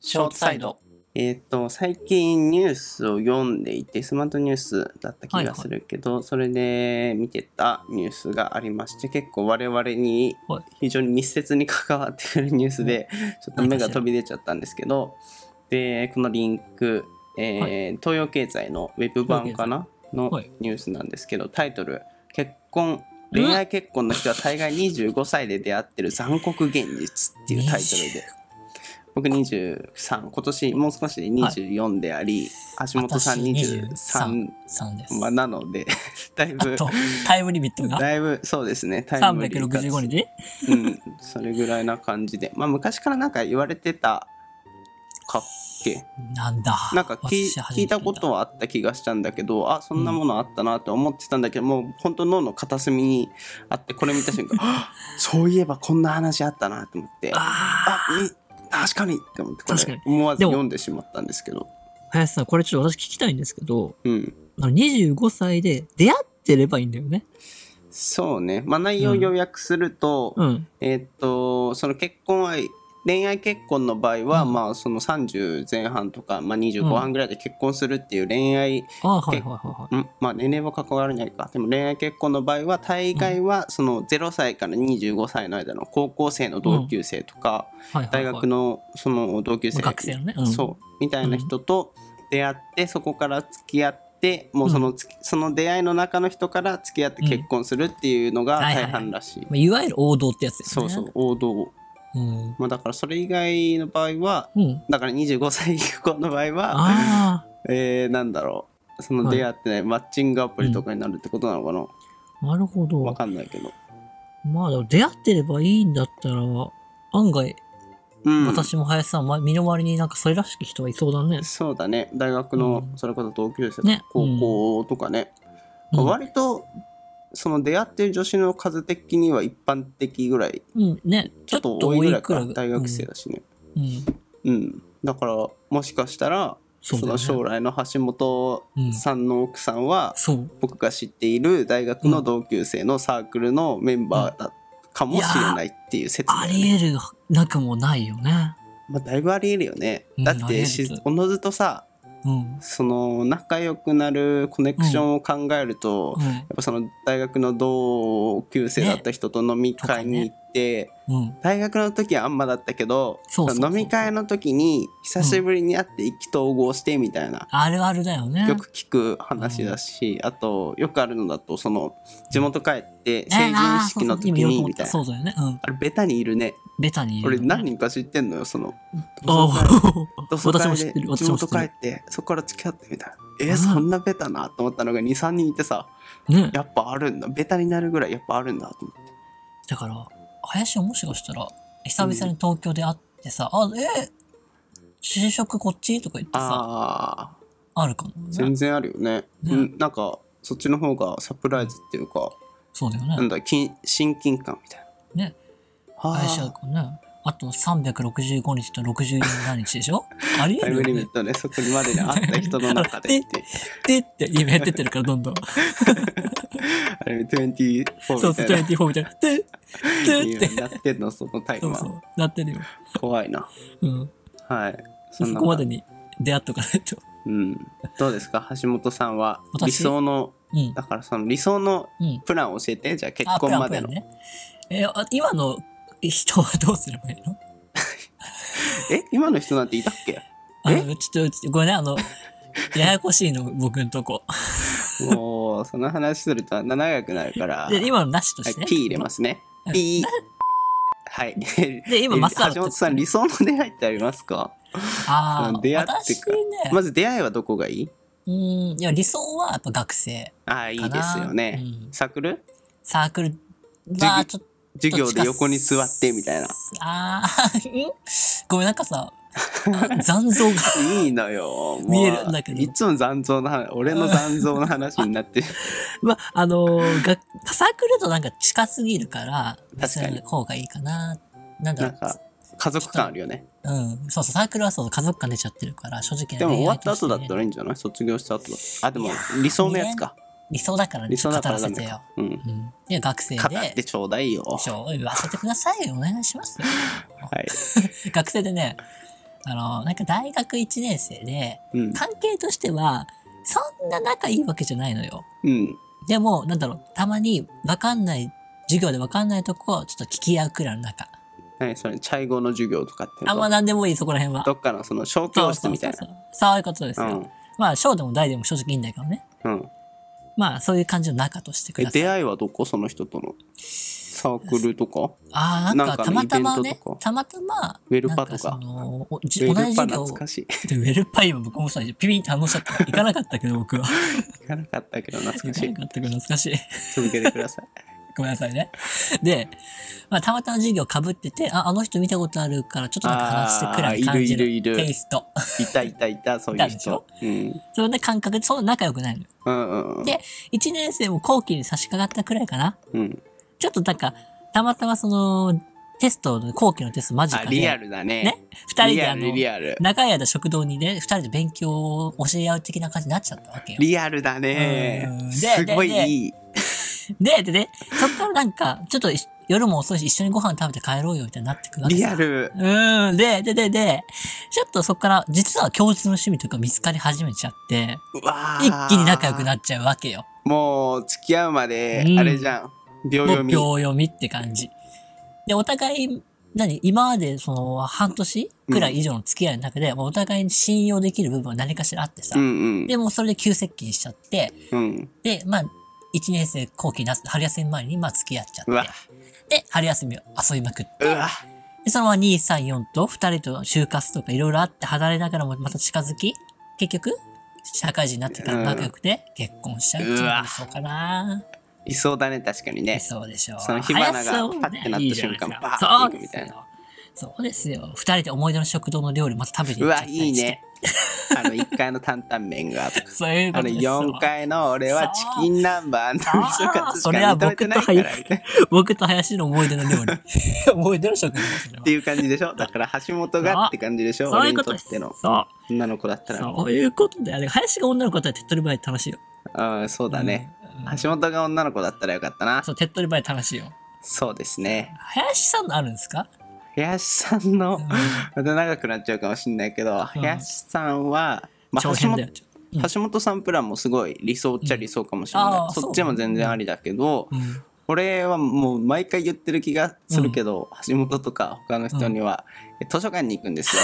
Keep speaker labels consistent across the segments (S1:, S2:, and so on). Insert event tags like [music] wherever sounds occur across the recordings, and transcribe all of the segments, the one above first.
S1: ショートサイド。
S2: えーっと最近ニュースを読んでいてスマートニュースだった気がするけど、それで見てたニュースがありまして結構我々に
S1: はい
S2: 非常に密接に関わってくるニュースで、ちょっと目が飛び出ちゃったんですけどでこのリンク、えー
S1: は
S2: 東洋経済のウェブ版かなの
S1: はい
S2: ニュースなんですけどタイトル「結婚恋愛結婚の人は大概25歳で出会ってる残酷現実」っていうタイトルで僕23今年もう少しで24であり、橋本さん23
S1: 3です。
S2: まあなので [laughs] だいぶ [laughs]
S1: あと、タイムリミットが
S2: だいぶそうですねタイムリーかつ
S1: 365日
S2: うんそれぐらいな感じでまあ昔からなんか言われてたかっけ
S1: なんだ。
S2: なんか聞い
S1: 私初
S2: 聞
S1: め
S2: い
S1: て
S2: たことはあった気がしたんだけどあそんなものあったなって思ってたんだけど、もう本当脳の片隅にあってこれ見た瞬
S1: [laughs]
S2: 間あそういえばこんな話あったなと思ってあ
S1: ああ、
S2: み確かにって思ってこ
S1: 確かに
S2: れ思わず
S1: でも
S2: 読んでしまったんですけど
S1: 林さん、これちょっと私聞きたいんですけど、
S2: うん
S1: あの25歳で出会ってればいいんだよね。
S2: そうねまあ内容を要約すると、
S1: うん。
S2: えーっとその結婚愛恋愛結婚の場合は、
S1: うん
S2: まあその30前半とか、まあ、25半ぐらいで結婚するっていう恋愛、
S1: ああ、はいはいはいはい。
S2: んまあ年齢は関わらないかでも恋愛結婚の場合は大概はその0歳から25歳の間の高校生の同級生とか、
S1: はいはいはい
S2: 大学のその同級生、
S1: 学生のね。うん、
S2: そうみたいな人と出会ってそこから付き合ってもうそのつき、その出会いの中の人から付き合って結婚するっていうのが
S1: うんはいはいは
S2: 大
S1: い
S2: 半らしい、
S1: まあ、いわゆる王道ってやつです
S2: そ
S1: ね。
S2: うそう。王道、
S1: うん。
S2: まあ、だからそれ以外の場合は
S1: うん、
S2: だから25歳以降の場合は
S1: あ
S2: えー、なんだろうその出会ってない、マッチングアプリとかになるってことなのかな、
S1: あ、なるほど。
S2: わかんないけど。
S1: まあでも出会ってればいいんだったら、案外、
S2: うん、
S1: 私も林さん、ま身の回りになんかそれらしき人がいそうだね。
S2: そうだね大学の
S1: うん
S2: それこそ同級生、
S1: ね
S2: 高校とかね、
S1: うん
S2: 割とその出会ってる女子の数的には一般的ぐらい
S1: うん、ね、
S2: ちょっと多いぐらいか
S1: ちょっと多
S2: 大学生だしね
S1: うん。うん
S2: うん、だからもしかしたら
S1: そう
S2: そ
S1: だよ
S2: の
S1: ね
S2: 将来の橋本さんの奥さんは、
S1: そう。
S2: 僕が知っている大学の同級生のサークルのメンバーだかもしれないっていう説だ
S1: あ
S2: よね
S1: り得るなくもないよね。
S2: まあ、だいぶありえるよね
S1: うん
S2: だって
S1: あり
S2: し
S1: える
S2: おのずとさ
S1: うん。
S2: その仲良くなるコネクションを考えると、やっ
S1: う
S2: ぱその大学の同級生だった人と飲み会に行って、
S1: ん。うん。
S2: 大学の時はあんまだったけど
S1: そうそうそうそう
S2: の飲み会の時に久しぶりに会って意気投合してみたいな、
S1: あるあるだよね。
S2: よく聞く話だし、あとよくあるのだとその地元帰って
S1: ね、
S2: 成人
S1: あー
S2: 式の時
S1: そうそう今言おうと
S2: に
S1: 思
S2: み
S1: った
S2: いなあ
S1: そうだよね。うん。
S2: れベタにいるね
S1: ベタに言う
S2: 俺
S1: よね。
S2: 何人か知ってんのよその
S1: あー
S2: 同窓
S1: 私
S2: 会
S1: も知っ
S2: で
S1: てる。
S2: 地
S1: 私も知
S2: 元
S1: っ
S2: 帰
S1: て
S2: っ
S1: る。
S2: てそこから付き合ってみたいなえ
S1: うん
S2: そんなベタなと思ったのが23人いてさ
S1: [laughs] ね。
S2: やっぱあるんだベタになるぐらいやっぱあるんだと思って
S1: だから、林はもしかしたら、久々に東京で会ってさ、あ、えー、就職こっちとか言ってさ、
S2: ああ
S1: あるかもね
S2: 全。然あるよね、
S1: ね
S2: うん、なんかそっちの方がサプライズっていうか、
S1: そうだよ
S2: なん
S1: ね。
S2: だき親近感みたいな
S1: ね
S2: は
S1: 林は
S2: あ
S1: こうね、あと365日と67日でしょあり
S2: [laughs] タ
S1: え
S2: イ
S1: るよ
S2: ム
S1: ね
S2: リミットねそこにまでに会った人の中でって
S1: [laughs]
S2: いう
S1: でって、今やってってるから、どんどん。
S2: あれ24
S1: そう
S2: み
S1: そう、
S2: たい
S1: 24みたいな。で、
S2: な
S1: でっ
S2: い
S1: て。
S2: うなってんのそのタイ
S1: そ
S2: ム
S1: う
S2: は
S1: そう、なってるよ。
S2: 怖いな
S1: うん。
S2: はい
S1: そ
S2: んな
S1: こまでに出会っとかないと。
S2: うんどうですか橋本さんは
S1: 私
S2: 理想の
S1: うん。
S2: だからその理想の
S1: うん。
S2: プランを教えてじゃあ結
S1: あプ
S2: 婚
S1: ラン
S2: までの、
S1: プランね。えーあ今の人はどうすればいいの
S2: え今の人なんていたっけ
S1: あ
S2: え
S1: のちょっと、ちょっとごめんね、あの、ややこしいの、僕んとこ。
S2: もうその話すると長くなるから
S1: で、今のなしと
S2: は
S1: し
S2: い
S1: てね。、
S2: P 入れますね
S1: はい
S2: P
S1: [laughs]
S2: はい [laughs]
S1: で、今、マスター
S2: 橋本さん理想の出会いってありますか
S1: ああ、
S2: 出会ってか
S1: 私ね、
S2: まず出会いはどこがいいう
S1: ーん、いや、理想はやっぱ学生
S2: ああい
S1: か
S2: い
S1: な。
S2: ですよね、
S1: うん
S2: サークル
S1: サークルは、ちょっと
S2: 授業で横に座ってみたいな
S1: あー、んごめん、なんかさ、残像
S2: [laughs]
S1: が。
S2: いいのよもう
S1: 見えるんだけど
S2: いつも残像の
S1: [laughs]
S2: 話俺の残像の話になってる
S1: まあ、あのーが、サークルとなんか近すぎるから、
S2: 確かに
S1: そういう方がいいかな。なんだ
S2: な
S1: ろ
S2: んか家族感あるよね
S1: う。うん。そうそう、サークルはそう、家族間出ちゃってるから、正直
S2: でも終
S1: 恋
S2: わ
S1: 愛
S2: った
S1: として
S2: 後だったらいいんじゃない卒業した後だあでも理想のやつか、
S1: 理想だからね、
S2: 理想だから
S1: ちょ
S2: ダ
S1: っと
S2: メ
S1: 語ら
S2: かう
S1: せ
S2: ん
S1: てよ。うん。で、学生で、
S2: 語ってちょうだいよ
S1: [laughs] ちょ、言わせてくださいよ。お願いしますよ。
S2: はい
S1: 学生でね、あの、なんか大学1年生で、
S2: うん
S1: 関係としては、そんな仲いいわけじゃないのよ。
S2: うん
S1: でも、なんだろう、たまにわかんない、授業でわかんないとこをちょっと聞き合うくらいの仲。
S2: 何それチャイ語の授業とかってこと
S1: あんまなんでもいい、そこら辺は。
S2: どっかのその小
S1: そ
S2: 教
S1: う
S2: 室
S1: そう
S2: みた
S1: そ
S2: いうな
S1: そう。そういうことです
S2: う
S1: よ。
S2: ん
S1: まあ、小でも大でも正直いいんだけどね。
S2: うん
S1: まあ、そういう感じの仲としてく
S2: え
S1: ださい。
S2: 出会いはどこその人とのサークルとか
S1: ああ、なんか、
S2: なんか
S1: た
S2: の
S1: またま
S2: イベン
S1: ね
S2: トとか、
S1: たまたま、
S2: ウェルパとか
S1: なんそのお
S2: ウ
S1: じ
S2: ェ
S1: 同
S2: ル
S1: じ
S2: パ
S1: 授業
S2: 懐かしい [laughs]
S1: でウェルパ今僕もさ、ピピンって反応しちゃった。行かなかったけど、僕は。
S2: 行かなかったけど懐
S1: 行
S2: か
S1: か
S2: し
S1: ないかったけど、懐かしい。
S2: 続けてください
S1: ごめんなさいね。で、まあ、たまたま授業被ってて、あ、あの人見たことあるから、ちょっとなんか話してくらいの感じ
S2: あーいるいるい
S1: の
S2: る
S1: テイスト。 [laughs]
S2: いたいたいたそういう
S1: いたでし
S2: 人
S1: ょ
S2: うん
S1: そんな感覚で、そんな仲良くないのよ。
S2: うんうんうん
S1: で1年生も後期に差し掛かったくらいかな。
S2: うん
S1: ちょっとなんか、たまたまその、テストの、後期のテスト間近
S2: あ
S1: で、
S2: リアルだね
S1: ね二人
S2: リ
S1: で
S2: ア
S1: あの
S2: ル、リアル
S1: 長い間食堂にね、二人で勉強を教え合う的な感じになっちゃったわけよ。
S2: リアルだね
S1: うんです
S2: ごい
S1: でで
S2: いい
S1: で、でね、そっからなんか、ちょっとい夜も遅いし一緒にご飯食べて帰ろうよみたいになってくわけ
S2: リ
S1: さ
S2: ア。ル
S1: うん、で、で、で、で、ちょっとそっから、実は共通の趣味とか見つかり始めちゃって、
S2: うわー
S1: 一気に仲良くなっちゃうわけよ。
S2: もう付き合うまで
S1: うん
S2: あれじゃん秒
S1: も
S2: 読
S1: う
S2: み
S1: 秒読みって感じ。で、お互い、何今までその半年くらい以上の付き合いの中で、もうお互いに信用できる部分は何かしらあってさ、
S2: うんうん
S1: でもうそれで急接近しちゃって、
S2: うん
S1: で、まあ、1年生後期な春休み前にまあ付き合っちゃって
S2: うわ、
S1: で、春休みを遊びまくって、
S2: うわ
S1: で、そのまま2、3、4と2人と就活とかいろいろあって離れながらもまた近づき、結局、社会人になってから仲良くて結婚しちゃうっていうの
S2: うわ
S1: が理想かな。
S2: いそうだね確かにね
S1: 理想でしょう。
S2: その火花が
S1: 早そう
S2: パッてなった瞬間
S1: いいじゃないですか
S2: バーンっていくみたいな
S1: そうですよ。そうですよ。二人で思い出の食堂の料理また食べに
S2: う
S1: 行っちゃ
S2: わ
S1: ったりして。
S2: いいね。あの1階の担々麺がとか
S1: [laughs] そういうこ
S2: あ
S1: と
S2: の
S1: ですよ。
S2: 4階の俺はチキン南蛮の
S1: そう
S2: 味噌カツし
S1: そ
S2: か
S1: れは
S2: 認め
S1: 僕
S2: て
S1: と
S2: ないからみたいなっ
S1: 僕と林の思い出の料理。 [laughs] 思い出の食堂ですよ
S2: ていう感じでしょだから橋本がって感じでしょ
S1: そう
S2: 俺
S1: いう
S2: に
S1: ことと
S2: っ
S1: です。
S2: ての
S1: そう。
S2: 女の子だったら
S1: そういうことで、あれ、林が女の子だったら手っ取り早い楽しいよ。
S2: うんそうだね
S1: うん。うん
S2: 橋本が女の子だったらよかったな
S1: そう、手っ取り早い楽しいよ。
S2: そうですね
S1: 林さんのあるんですか
S2: 林さんの
S1: うん
S2: また長くなっちゃうかもしれないけど
S1: うん
S2: 林さんはまあ
S1: 長
S2: 橋
S1: 編だよ
S2: 本。
S1: うん
S2: 橋本さんプランもすごい理想っちゃ理想かもしれ
S1: うん
S2: な
S1: あ
S2: い
S1: ー
S2: そっちも全然ありだけど
S1: うん
S2: 俺はもう毎回言ってる気がするけど、橋本とか他の人には、え図書館に行くん [laughs] ですよ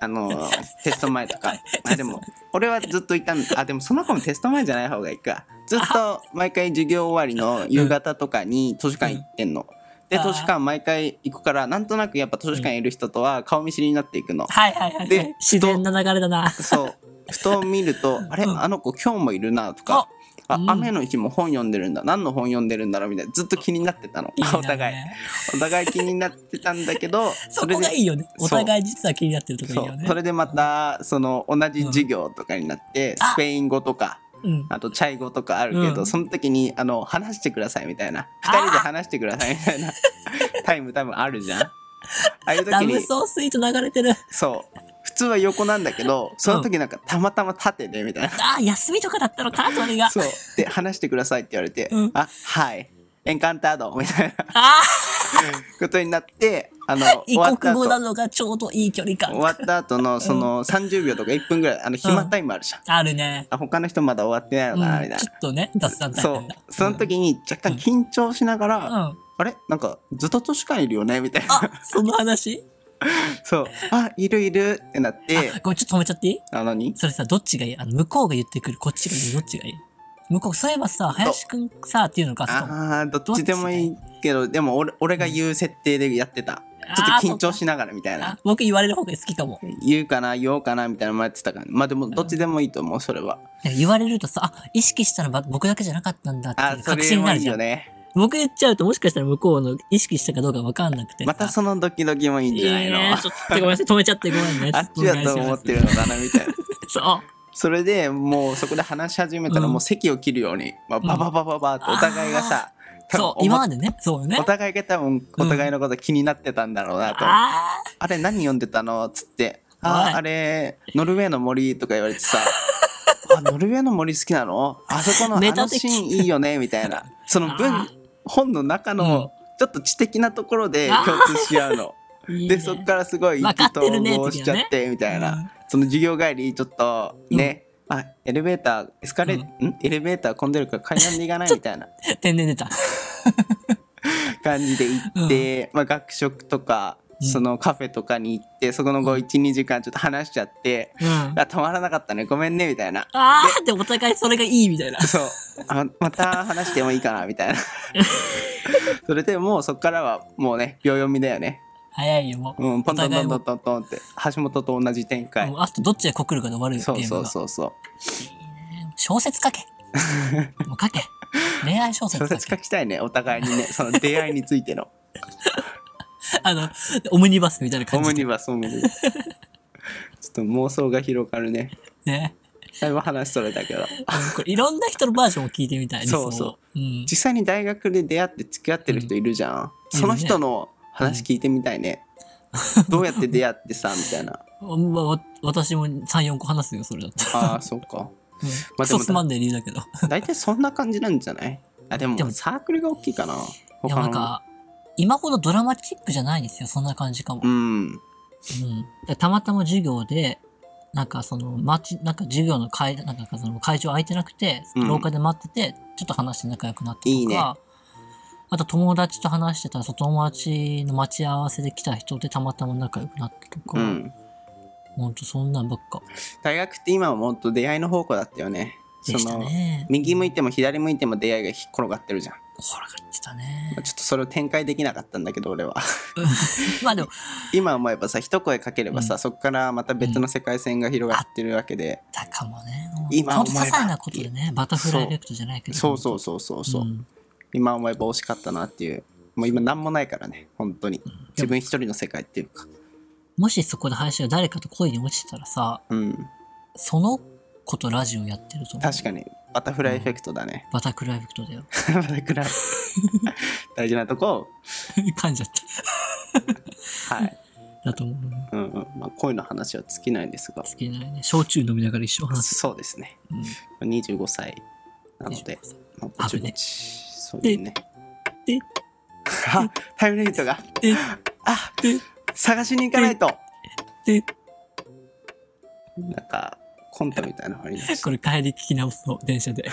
S2: あのテスト前とかあでも俺はずっといたんあでもその子もテスト前じゃない方がいいかずっと毎回授業終わりの夕方とかに図書館行ってんの、で図
S1: あー
S2: 書館毎回行くからなんとなくやっぱ図書館いる人とは顔見知りになっていくの、
S1: はいはいはい。
S2: で
S1: 自然な流れだな。 [laughs]
S2: そうふと見るとあれ
S1: うん
S2: あの子今日もいるなとかあ
S1: うん
S2: 雨の日も本読んでるんだ何の本読んでるんだろうみたいなずっと気になってたの
S1: いいな
S2: お互い
S1: ね
S2: お互い気になってたんだけど
S1: [laughs] そこがいいよね。
S2: そう
S1: お互い実は気になってるとこいい
S2: そ
S1: よ
S2: う
S1: ね。
S2: それでまたその同じ授業とかになって
S1: あ
S2: スペイン語とか
S1: うん。
S2: あとチャイ語とかあるけど、
S1: うん
S2: その時にあの話してくださいみたいな
S1: あー
S2: 2人で話してくださいみたい
S1: [laughs]
S2: なタイム多分あるじゃん。ああいう時
S1: ラ
S2: に
S1: ブソースイート流れてる。
S2: そう普通は横なんだけどその時なんかたまたま縦でみたいな
S1: ああ、休みとかだったのか、それが。
S2: [laughs] そう。で、話してくださいって言われて、
S1: うん
S2: あ、はい。エンカンタードみたいな
S1: あ
S2: ことになって、あの、
S1: [laughs] 異
S2: 終わっ
S1: 国
S2: た
S1: 語な
S2: 後、
S1: のがちょうどいい距離
S2: 終
S1: 感。
S2: わった後の、その、30秒とか1分ぐらい、あの、暇タイムあるじゃん。
S1: あるね。
S2: あ、他の人まだ終わってないの
S1: うん
S2: かな、みたい
S1: ちょっとね、雑談
S2: な。
S1: タイ
S2: そ
S1: プなんだ
S2: う。その時に若干緊張しなが
S1: う
S2: ら、
S1: ん。あ、
S2: あれなんか、ずっと図書館いるよねみたいな。
S1: その話
S2: [laughs] そう。あ、いるいるってなって、
S1: ごめん、ちょっと止めちゃっていい
S2: あ、何
S1: それさ、どっちがいいあの、向こうが言ってくる、こっちが言う、どっちがいい向こう、そういえばさ、林くんさ、っていうのか、そう
S2: あーどっちでもいいけど、でも俺俺が言う設定でやってた。ちょっと緊張しながらみたいな
S1: あ。僕言われる方が好きかも。
S2: 言うかな言おうかなみたいなの迷ってたからまあでもどっちでもいいと思うそれは
S1: なんか言われるとさ、あ、意識したのば僕だけじゃなかったんだって
S2: あ
S1: いう
S2: そ
S1: 確
S2: れ
S1: 信に
S2: も
S1: なる
S2: いい
S1: じゃ
S2: よ
S1: ん。
S2: ね
S1: 僕言っちゃうともしかしたら向こうの意識したかどうかわかんなくてさ。
S2: またそのドキドキもいいんじゃないの、
S1: えーちょっとごめんなさい、止めちゃってごめんね。
S2: [laughs] あっちだと思ってるのかなみたいな
S1: そう。
S2: それでもうそこで話し始めたら
S1: うん
S2: もう席を切るように、まあ、バババババってお互いがさ多 [laughs] 分
S1: そ
S2: お
S1: う、
S2: も
S1: 今までね。そうね
S2: お。互いが多分お互いのこと気になってたんだろうなと、あ
S1: ああ
S2: れ何読んでたのっつってあ
S1: おい
S2: あれノルウェーの森とか言われて
S1: [laughs]
S2: さあノルウェーの森好きなのあそこのあ
S1: メタ
S2: の
S1: 的
S2: シーンいいよねみたいなその文
S1: あー
S2: 本の中のちょっと知的なところで
S1: あー
S2: 共通し合うの
S1: [laughs] いいね
S2: でそっからすごい意
S1: わか
S2: 気
S1: ってる
S2: 投
S1: ね
S2: 合しちゃってみたいな、
S1: うん
S2: その授業帰りちょっとね、あエレベーターエスカレー、んエレベーター混んでるから階段で行かないみたいな
S1: 天然出た。
S2: 感じで行って、まあ、学食とか
S1: うん
S2: そのカフェとかに行ってそこの後12時間ちょっと話しちゃって、
S1: う
S2: [laughs]
S1: ん。あ
S2: あたまらなかったねごめんねみたいな
S1: あーってお互いそれがいいみたいな。 [laughs]
S2: そうあまた話してもいいかなみたいなそれでもうそっからはもうね秒読みだよね
S1: 早いよ、もう。
S2: うん、ポントン
S1: お互
S2: ト
S1: い
S2: ン
S1: も
S2: トントントンって橋本と同じ展開
S1: もうあとどっちが告るかで終わるよ、
S2: そう
S1: ゲー
S2: そ
S1: ム
S2: う
S1: が。
S2: そうそう
S1: 小説書
S2: [laughs]
S1: け。もう書け。恋愛小説
S2: 小
S1: 書
S2: 説
S1: け
S2: 書。きたいねお互いにねその出会いについての
S1: あの、オムニバスみたいな
S2: オ
S1: 感
S2: ム
S1: じ
S2: ニ
S1: で。
S2: バスオムニバスちょっと妄想が広がるね
S1: ね。
S2: だいぶ話それたけど
S1: うんこれいろんな人のバージョンを聞いてみたい。
S2: そうそう
S1: 理想を。うん。
S2: 実際に大学で出会って付き合ってる人いるじゃん、
S1: うん
S2: その人の話聞いてみたいね、どうやって出会ってさみた
S1: [laughs]
S2: いな
S1: あんまわ私も3、4個話すよ、それだったら。
S2: ああそうか
S1: うん
S2: まあ
S1: クソ
S2: でも
S1: つまんない理由だけど。
S2: 大体そんな感じなんじゃないあでも
S1: でも
S2: サークルが大きいかない他
S1: や、なん
S2: の
S1: か、今ほどドラマチックじゃないんですよ、そんな感じかも。
S2: う
S1: うん
S2: ん
S1: でたまたま授業で、なんかその、待ち、なんか授業の会、なんかその会場空いてなくて、
S2: うん
S1: 廊下で待ってて、ちょっと話して仲良くなってとか、
S2: いいね
S1: あと友達と話してたら、その友達の待ち合わせで来た人でたまたま仲良くなってと
S2: う
S1: か、
S2: ん
S1: ほんとそんなんばっか
S2: 大学って今はもっと出会いの方向だったよね
S1: でしたね。
S2: 右向いても左向いても出会いがひ転がってるじゃん
S1: ほら、言ってたね。
S2: ちょっとそれを展開できなかったんだけど俺は [laughs]
S1: まあでも、
S2: 今思えばさ一声かければさ、
S1: うん
S2: そこからまた別の世界線が広がってるわけで、
S1: だかもね。
S2: 今
S1: ほんと
S2: 思え
S1: 些
S2: ば
S1: 細なことでね、バタフライエフェクトじゃないけど。
S2: そうそうそうそうそう、
S1: ん
S2: 今思えば惜しかったなっていうもう今何もないからね本当に自分一人の世界っていうか
S1: もしそこで林が誰かと恋に落ちてたらさ、
S2: うん
S1: その子とラジオやってると思う。
S2: 確かにバタフライエフェクトだね、 [laughs]
S1: バタクライエフェクトだよ。 [laughs]
S2: バタフライ [laughs] 大事なとこを
S1: 噛んじゃった。
S2: はい、
S1: だと思
S2: う
S1: う。
S2: んうんまあ、恋の話は尽きないんですが
S1: 好きないね。焼酎飲みながら一緒話す。
S2: そうですね
S1: うん
S2: 25歳なのでまあぼちぼちそういうね
S1: で、
S2: あタイムリミットが
S1: で、
S2: あ
S1: で、
S2: 探しに行かないと
S1: で、
S2: なんかコントみたいなのありました
S1: これ帰り聞き直そう、電車で。